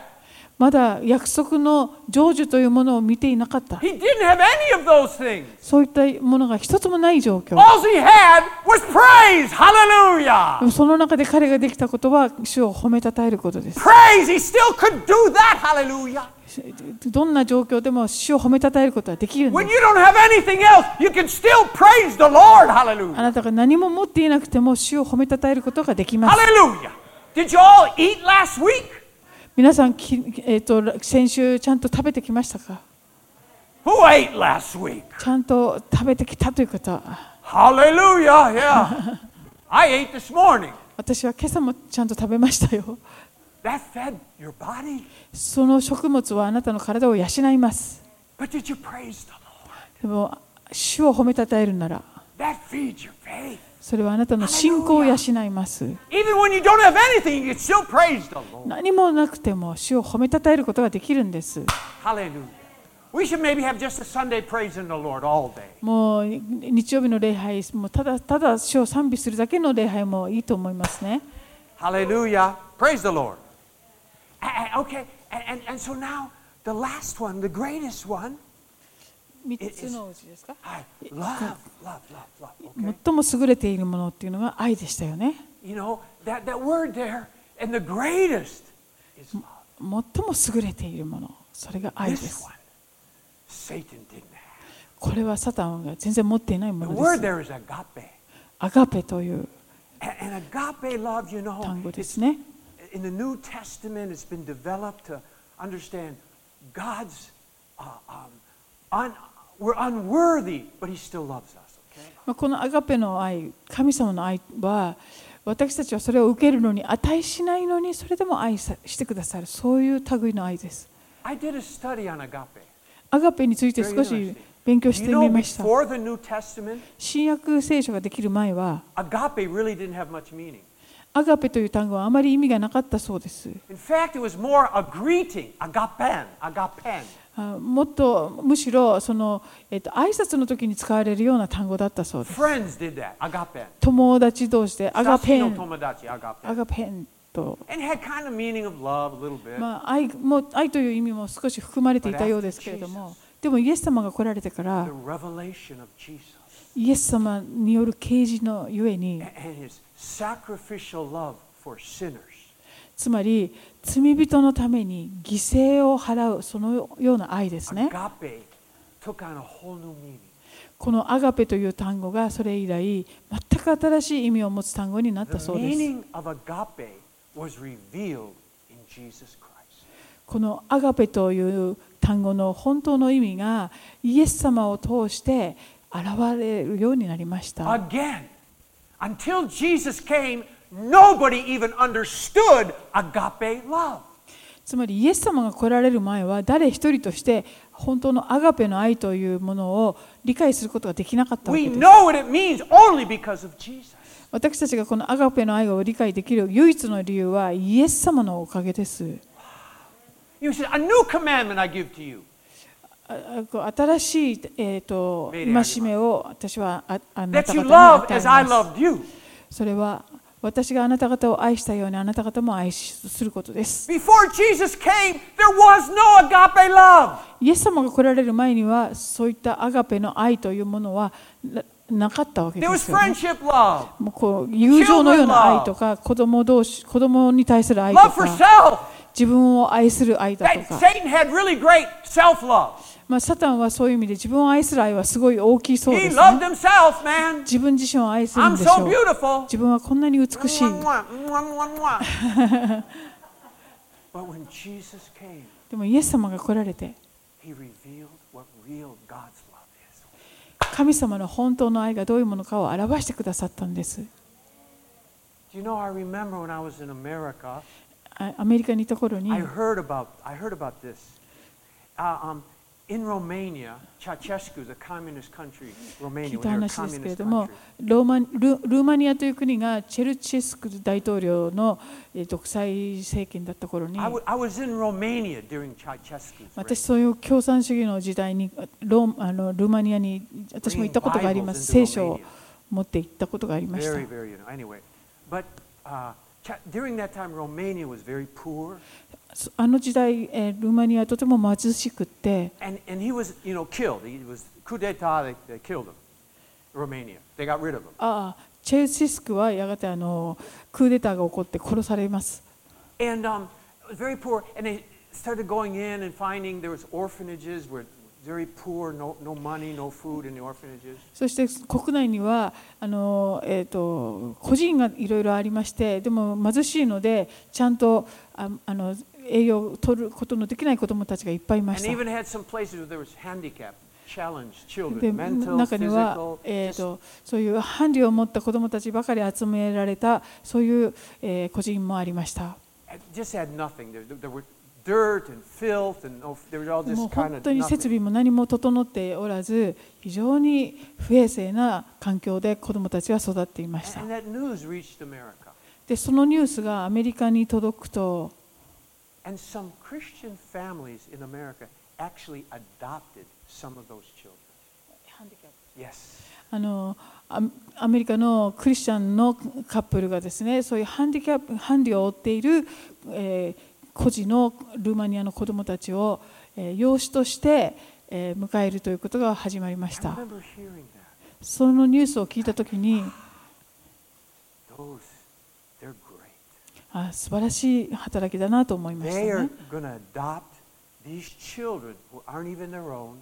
B: まだ約束の成就というものを見ていなかった。
A: He didn't have any of those things.
B: そういったものが一つもない状況。
A: All he had was praise. Hallelujah.
B: その中で彼ができたことは主を褒めたたえることです。
A: Praise. He still could do that. Hallelujah.
B: どんな状況でも主を褒めたたえることはできるんで
A: When
B: す。
A: you don't have anything else, you can still praise the Lord.
B: あ
A: Hallelujah.
B: なたが何も持っていなくても主を褒めたたえることができます。
A: Hallelujah. Did you all eat last week?
B: 皆さん、きえーと先週ちゃんと食べてきましたか
A: Who ate last week?
B: ちゃんと食べてきたという方。
A: Hallelujah. Yeah. I ate this morning.
B: 私は今朝もちゃんと食べましたよ。
A: That fed your body.
B: その食物はあなたの体を養います。
A: But did you praise the Lord?
B: でも、主を褒めたたえるなら、
A: That feeds your faith.
B: それはあなたの信仰を養います。
A: Even when you don't have anything, you can still praise the Lord.
B: 何もなくても主を褒めたたえることができるんです。
A: Hallelujah. We should maybe have just a Sunday praising the Lord all day.
B: もう日曜日の礼拝、もうただただ主を賛美するだけの礼拝もいいと思いますね。
A: Hallelujah. Praise the Lord. A- a- okay, and, and, and so now the last one, the greatest one,
B: 3つのうちですか
A: I love, love, love, love. Okay?
B: 最も優れているものっていうのが愛でしたよね。
A: You know, that, that word there, and the greatest is love.
B: 最も優れているもの、それが愛で
A: This
B: す
A: one,。Satan didn't have.
B: これはサタンが全然持っていないも
A: The
B: の
A: word
B: です。
A: there is agape.
B: アガペという
A: And, and agape love, you know,
B: 単語で
A: it's
B: すね。
A: in the New Testament, it's been developed to understand God's, uh, um, un, we're unworthy, but He still loves us. Okay?
B: まあこのアガペの愛、神様の愛は、私たちはそれを受けるのに値しないのに、それでも愛さしてくださる、そういう類の愛です。
A: I did a study on agape.
B: アガペについて
A: Very
B: 少し
A: interesting.
B: 勉強し
A: You
B: てみ
A: know,
B: ました。
A: before the New Testament,
B: 新約聖書ができる前は、
A: agape really didn't have much meaning.
B: アガペという単語はあまり意味がなかったそうです。
A: In fact, it was more a greeting, agapen, agapen.
B: あもっとむしろその、えっと挨拶の時に使われるような単語だったそうです。
A: Friends did that, agapen.
B: 友達同士でアガペ
A: Sasino
B: ン、
A: tomodachi, agape.
B: アガペンと
A: And it had kind of meaning of love a little bit.
B: まあ、愛も愛という意味も少し含まれていたようですけれども、でもイエス様が来られてか
A: The
B: ら、
A: revelation of Jesus
B: イエス様による啓示のゆえに
A: and、and his sacrificial love for sinners.
B: つまり罪人のために犠牲を払う、そのような愛ですね。
A: agape took on a whole new meaning.
B: このアガペという単語がそれ以来、全く新しい意味を持つ単語になった
A: The
B: そうです。
A: meaning of agape was revealed in Jesus Christ.
B: このアガペという単語の本当の意味が、イエス様を通して現れるようになりました。
A: Again, until Jesus came, nobody even understood agape love.
B: つまりイエス様が来られる前は誰一人として本当のアガペの愛というものを理解することができなかったわ
A: We
B: けです。
A: know what it means only because of Jesus.
B: 私たちがこのアガペの愛を理解できる唯一の理由はイエス様のおかげです。
A: You said, A new commandment I give to you.
B: ああこう新しい、えー、と
A: 命令あげます
B: 戒めを私はああな
A: That
B: た
A: you
B: 方に与
A: love
B: え
A: as I
B: ます。
A: loved you.
B: それは私があなた方を愛したようにあなた方も愛しすることです。
A: Before Jesus came, there was no agape love.
B: イエス様が来られる前にはそういったアガペの愛というものはななかったわけで
A: There was
B: すよね、
A: friendship love,
B: もうこう友情のような愛とか子供同士子供に対する愛と
A: love for
B: か
A: self.
B: 自分を愛する愛だと
A: That
B: か、
A: Satan had really great self love.
B: まあ、サタンはそういう意味で自分を愛する愛はすごい大きいそう
A: He
B: です、
A: loved
B: ね、
A: himself, man.
B: 自分自身を愛するん
A: I'm
B: でしょ
A: so
B: う
A: beautiful.
B: 自分はこんなに美しい
A: Mwah, mwah, mwah, mwah, mwah. <laughs> But when Jesus came,
B: でもイエス様が来られて
A: he revealed what real God's love is.
B: 神様の本当の愛がどういうものかを表してくださったんです
A: Do you know, I remember when I was in America,
B: あアメリカにいた頃に
A: I heard about, I heard about this. Uh, um, in Romania, Ceausescu, the communist country,
B: 聞
A: Romania,
B: いた
A: when they were a
B: 話ですけれ
A: communist
B: ども
A: country,
B: ローマルルーマニアという国がチェルチェスク大統領のえー独裁政権だった頃に
A: I wa- I was in Romania during Ceausescu's
B: 私そういう共産主義の時代にローあのルーマニアに私も行ったことがあります聖書を持って行ったことがあり
A: reign.
B: ました
A: Very, very, anyway. But uh, Cea- during that time, Romania was very poor.
B: そあの時代えールーマニアはとても貧しくって、
A: And, and he was, you know, killed. He was coup d'etat. They, they killed him. Romania. They got rid of him.
B: ああチェルチェスクはやがてあのクーデターが起こって殺されます。
A: And um, it was very poor. And they started going in and finding there was orphanages where very poor, no, no money, no food in the orphanages.
B: そして国内にはあの、えー、と個人がいろいろありましてでも貧しいのでちゃんとああの栄養を取ることのできない子どもたちがいっぱいいま
A: And
B: し
A: they
B: た。
A: even had some places where there was handicapped, challenged
B: で
A: children, mental,
B: 中には
A: physical,、
B: えー、
A: just
B: とそういうハンディを持った子どもたちばかり集められたそういう、えー個人もありました。
A: I just had nothing. There, there were dirt and filth, and oh, they were all
B: もう
A: just kind
B: 本
A: of
B: 当に設
A: nothing.
B: 備も何も整っておらず非常に不衛生な環境で子どもたちは育っていまし
A: And,
B: た
A: and that news reached America.
B: でそのニュースがアメリカに届くと
A: And some Christian families in America actually adopted some of those children. Yes.
B: あのアアメリカのクリスチャンのカップルがですねそういうハンディキャップハンディを負っている、えー孤児のルーマニアの子どもたちを、えー養子として、えー迎えるということが始まりまし
A: I
B: た
A: remember hearing that.
B: そのニュースを聞いた時に
A: Those, they're great.
B: あ素晴らしい働きだなと思いました
A: They are
B: ね。
A: going to adopt these children who aren't even their own.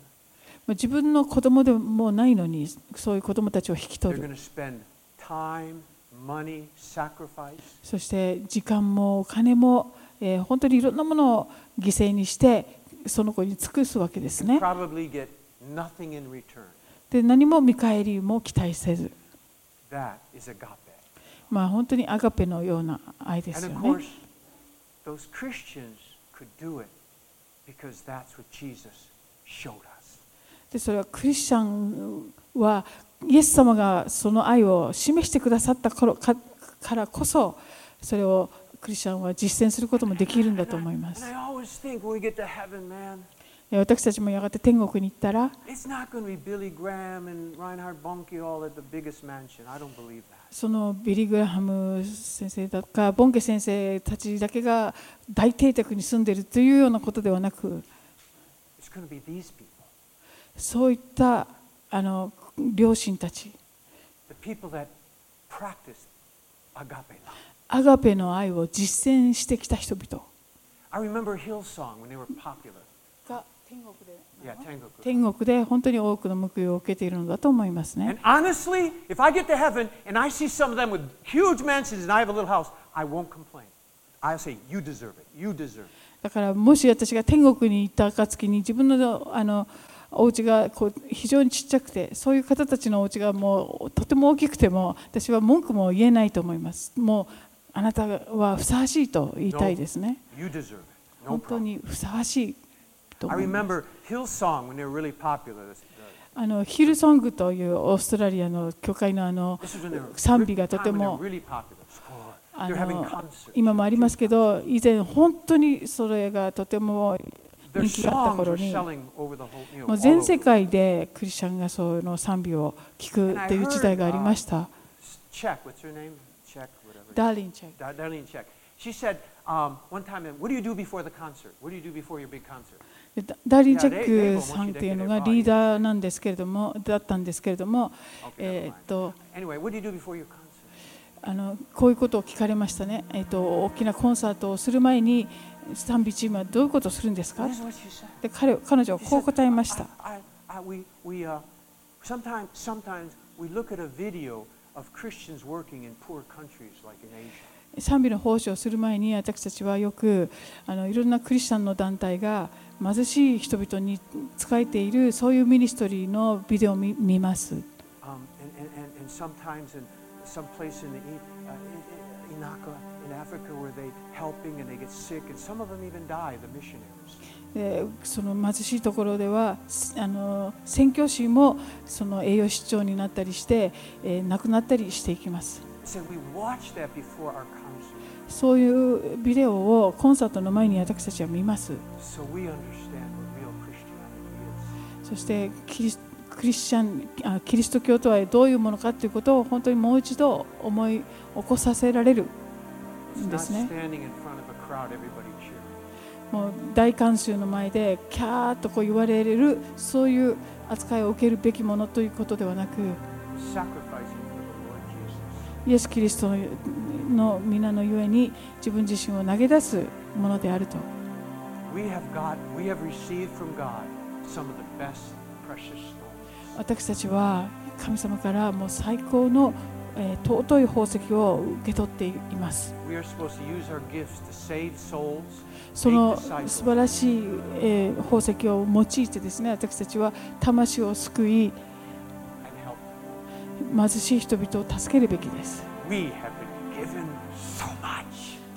B: まあ自分の子供でもないのにそういう子供たちを引き
A: They're
B: 取
A: going
B: る
A: to spend time, money, sacrifice.
B: そして時間もお金も、えー本当にいろんなものを犠牲にしてその子に尽くすわけです
A: and
B: ね
A: Probably get nothing in return.
B: で何も見返りも期待せず
A: That is agape.
B: まあ本当にアガペのような愛です
A: And
B: よ
A: of
B: ね
A: course, those Christians could do it because that's what Jesus showed us.
B: でそれはクリスチャンはイエス様がその愛を示してくださった頃かからこそそれをクリスチャンは実践することもできるんだと思いま
A: And
B: す
A: I always think when we get to heaven, man,
B: で私たちもやがて天国に行ったら
A: it's not going to be Billy Graham and Reinhard Bonnke all at the biggest mansion. I don't believe that.
B: そのビリー・グラハム先生だとかボンケ先生たちだけが大邸宅に住んでいるというようなことではなく
A: It's going to be these people,
B: そういったあの両親たち
A: the people that practice agape love.
B: アガペの愛を実践してきた人々
A: I remember Hillsong when they were popular.
B: が天国で
A: Yeah, Tengoku.
B: 天国で本当に多くの報いを受けているのだと思いますね
A: And。honestly, if I get to heaven and I see some of them with huge mansions and I have a little house, I won't complain. I'll say, you deserve it. You deserve it.
B: だからもし私が天国に行った暁に自分のあのお家がこう非常にちっちゃくてそういう方たちのお家がもうとても大きくても私は文句も言えないと思いますもうあなたはふさわしいと言いたいですね
A: You deserve it. No
B: 本当
A: problem.
B: にふさわしいと
A: I
B: 思います
A: remember Hillsong when they were really popular. This,
B: あのヒルソングというオーストラリアの教会のあの
A: this was when they were,
B: 賛
A: re-
B: 美が
A: time
B: とて
A: when they were
B: も
A: really popular. Score.
B: あ
A: They're having
B: の
A: concerts.
B: 今もありますけど以前本当にそれがとても
A: Their
B: 人気があった
A: songs
B: 頃
A: were
B: に
A: selling over the whole, you know, all
B: もう全
A: over.
B: 世界でクリスチャンがその賛美を聞くという時代がありました。
A: S- Czech, what's her name? Czech, whatever.
B: ダーリンちゃん
A: Da- Darlene Czech. She said um, one time, what do you do before the concert? What do you do before your big concert?
B: でダダーリン・チェックさんというのがリーダーなんですけれどもだったんですけれども、えーっと
A: Anyway, what do you do before your concert?
B: あのこういうことを聞かれましたね、えーっと大きなコンサートをする前に賛美チームはどういうことをするんですか
A: This is what she said.
B: で彼彼女は
A: She
B: こう
A: said,
B: 答えました
A: I, I, I, we, we, uh, sometimes, sometimes we look at a video of Christians working in poor countries like in Asia.
B: 賛美の奉仕をする前に私たちはよくあのいろんなクリスチャンの団体が貧しい人々に仕えているそういうミニストリーのビデオを見見ます
A: Um, and, and, and, and sometimes in some place in the I- uh, I- I- Inaka in Africa where they helping and they get sick and some of them even die, the missionaries.
B: でその貧しいところではすあの宣教師もその栄養失調になったりして、えー亡くなったりしていきます
A: So we watch that before our council
B: そういうビデオをコンサートの前に私たちは見ます
A: so we understand what real Christianity
B: そしてキリスクリスチャンあキリスト教とはどういうものかということを本当にもう一度思い起こさせられる
A: is. It's not
B: ですね。
A: standing in front of a crowd, everybody cheering.
B: もう大観衆の前でキャーっとこう言われるそういう扱いを受けるべきものということではなく
A: Sacrificing for the Lord Jesus.
B: イエス・キリストの皆のゆえに自分自身を投げ出すものであると
A: We have got, we have received from God some of the best precious stones.
B: 私たちは神様からもう最高の、えー尊い宝石を受け取っています。
A: We are supposed to use our gifts to save souls.
B: その素晴らしい、えー宝石を用いてですね私たちは魂を救い
A: and help.
B: 貧しい人々を助けるべきです
A: We have been given so much,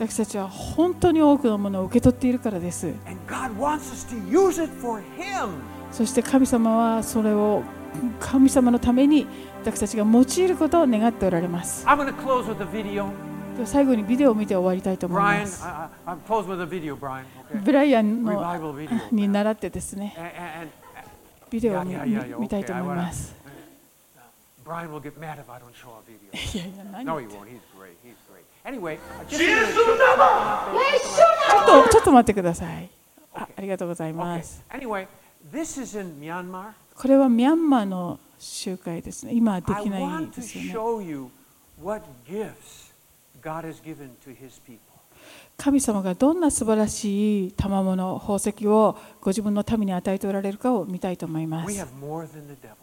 B: 私たちは本当に多くのものを受け取っているからです
A: and God wants us to use it for Him.
B: そして神様はそれを神様のために私たちが用いることを願っておられます
A: I'm going to close with a video,
B: では最後にビデオを見て終わりたいと思い
A: Brian.
B: ま
A: I,
B: す
A: I, I'm closing with a video, Brian. Okay.
B: ブライアンの
A: Revival video.
B: に
A: man.
B: 習ってですね
A: A- a- and, uh, and
B: ビデオを
A: い
B: 見
A: やいやいや
B: 見たいと思います
A: <laughs> Brian will get mad if I don't show a video. <laughs>
B: いやいや何ち
A: No, he won't. He's great. He's great. Anyway, I just-
B: ょっとちょっと待ってくださいあありがとうございま
A: okay.
B: す
A: Anyway, this is in Myanmar.
B: これはミャンマーの集会ですね。今はで
A: I
B: きない
A: want to
B: ですよね。
A: show you what gifts God has given to His people.
B: 神様がどんな素晴らしい賜物宝石をご自分の民に与えておられるかを見たいと思いま
A: We
B: す。
A: have more than the devil.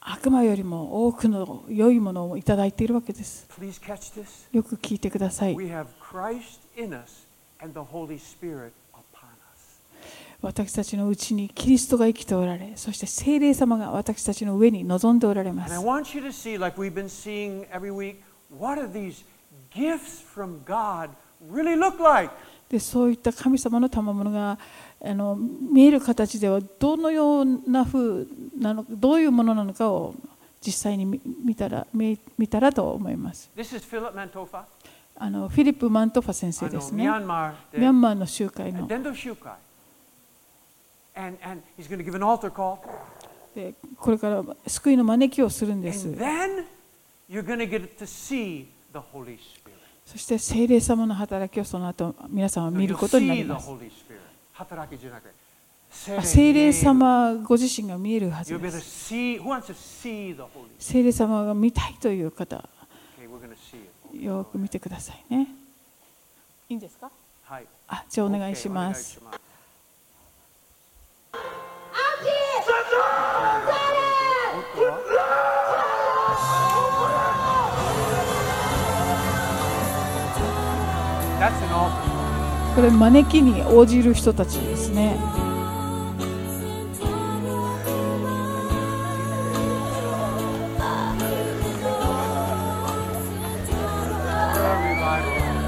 B: 悪魔よりも多くの良いものをいただいているわけです。
A: Please catch this.
B: よく聞いてください。
A: We have Christ in us and the Holy Spirit upon us.
B: 私たちのうちにキリストが生きておられ、そして聖霊様が私たちの上に臨んでおられま
A: And I
B: す。
A: want you to see, like we've been seeing every week, what are these gifts from God really look like?
B: でそういった神様の賜物があの見える形ではどのような風なのどういうものなのかを実際に見見たら見見たらと思います
A: This is Philip Mantofa.
B: あのフィリップ・マントファ先
A: I
B: 生
A: know
B: ですね
A: Myanmar.
B: ミャンマーの集会の
A: Dendo Shukai. And, and he's going to give an altar call.
B: でこれから救いの招きをするんです
A: And then you're going to get to see the Holy Spirit.
B: そして聖霊様の働きをその後皆さんは
A: So
B: 見る
A: you'll
B: ことになり
A: see the
B: ます
A: Holy Spirit. 働きじゃなくて、
B: あ聖霊
A: 聖霊に見える。
B: 様ご自身が見えるはず
A: You're going
B: で
A: to
B: す
A: see. Who wants to see the Holy?
B: 聖霊様が見たいという方
A: Okay, we're going to see it.
B: よく見てくださいねいいんですか
A: Hi.
B: あじゃあお願いします、
A: That's an altar.
B: これ招きに応じる人たちですね
A: Prayer revival.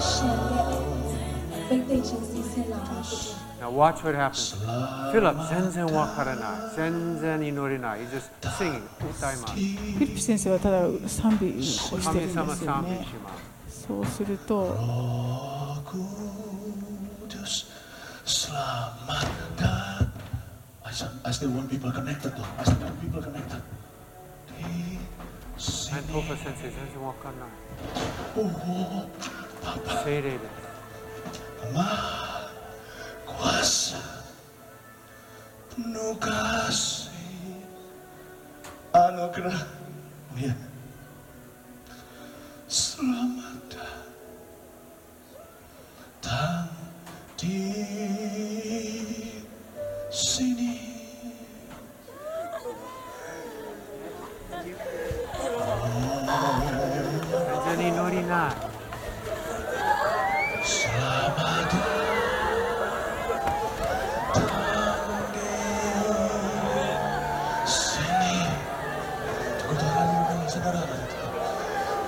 C: 是被被神所献的宝石。
A: Now watch what happens. Philip, 全然わからない。全然祈れない。He's just singing. 歌います。
B: フィリップ先生はただ賛美をしてるんですよ
A: 神
B: ね
A: 様賛美します。
B: そうすると
D: Kudus selamatkan. I still, I still want people connected though. I still want people connected. Di sini.
A: 先生全然わかんない
D: Oh,
A: 精霊で
D: maha kuasa. Penuh kasih. Anugerah. Oh ya. Selamat.
E: not?
D: Selamat datang di sini. Tunggu tangan dulu, saudara.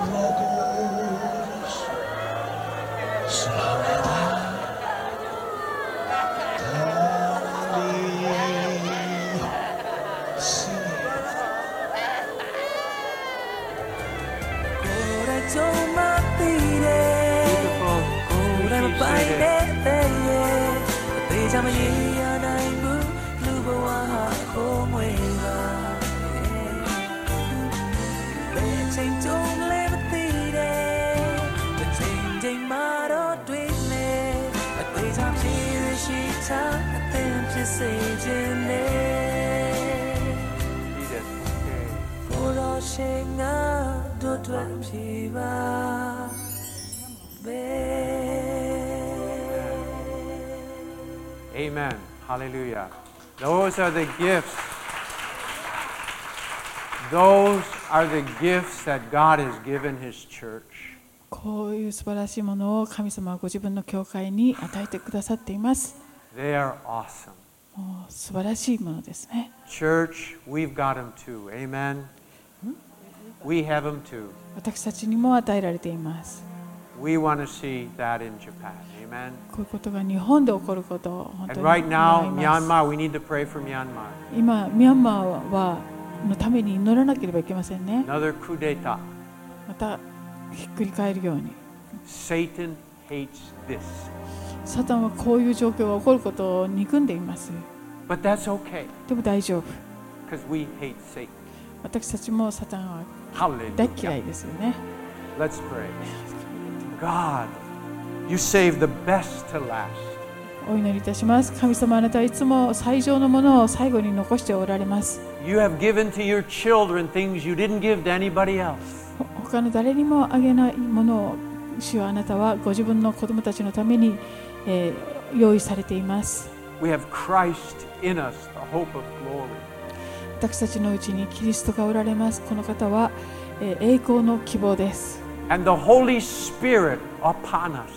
D: Roh Kudus. Selamat datang di sini.
F: れちょまっていね
E: Beautiful.
F: 俺の
E: Please
F: バイ
E: say
F: デ
E: that.
F: デイジャムにやないぶルボは思えばベチェンジョンレブティレベチェンジェンマロドゥイネベデイジャムにしたテンプセージェネ
E: Read it. Okay.
F: 不老心啊，多断琵琶杯。
A: Amen. Hallelujah. Those are the gifts. Those are the gifts that God has given His church.
B: こういう素晴らしいものを神様はご自分の教会に与えてくださっています。
A: They are awesome.
B: もう素晴らしいものですね。
A: Church, we've got them too. Amen. We have them too.
B: 私たちにも与えられています。
A: We want to see that in Japan. Amen.
B: こういうことが日本で起こることを本当
A: And
B: に
A: right now,
B: 願いま
A: Myanmar,
B: す。
A: we need to pray for Myanmar.
B: 今、ミャンマーはのために祈らなければいけませんね。
A: Another coup d'etat.
B: またひっくり返るように。
A: Satan hates this.
B: サタンはこういう状況が起こることを憎んでいます。
A: But that's okay,
B: でも大丈夫。
A: because we hate Satan.
B: 私たちもサタンは大嫌
A: Hallelujah.
B: いですよね。
A: Let's pray. God, you save the best to last.
B: お祈りいたします。神様あなたはいつも最上のものを最後に残しておられます。
A: You have given to your children things you didn't give to anybody else.
B: ほ他の誰にもあげないものを主はあなたはご自分の子供たちのために、えー用意されています。
A: We have Christ in us, the hope of glory.
B: 私たちのうちにキリストがおられます。この方は、えー栄光の希望です。
A: and the Holy Spirit upon us.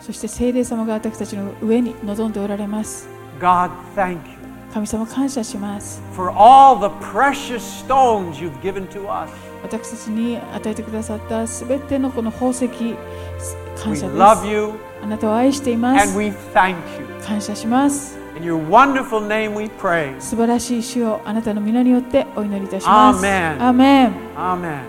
B: そして聖霊様が私たちの上に臨んでおられます。
A: God, thank you
B: 神様感謝します。
A: for all the precious stones you've given to us.
B: 私たちに与えてくださったすべてのこの宝石、感
A: We
B: 謝です。
A: love
B: あ
A: you
B: なたを愛していま
A: and
B: す。
A: we thank you.
B: 感謝します。
A: In your wonderful name we pray.
B: 素晴らしい主をあなたの皆によってお祈りいたします。
A: アーメン
B: アーメン
A: Amen.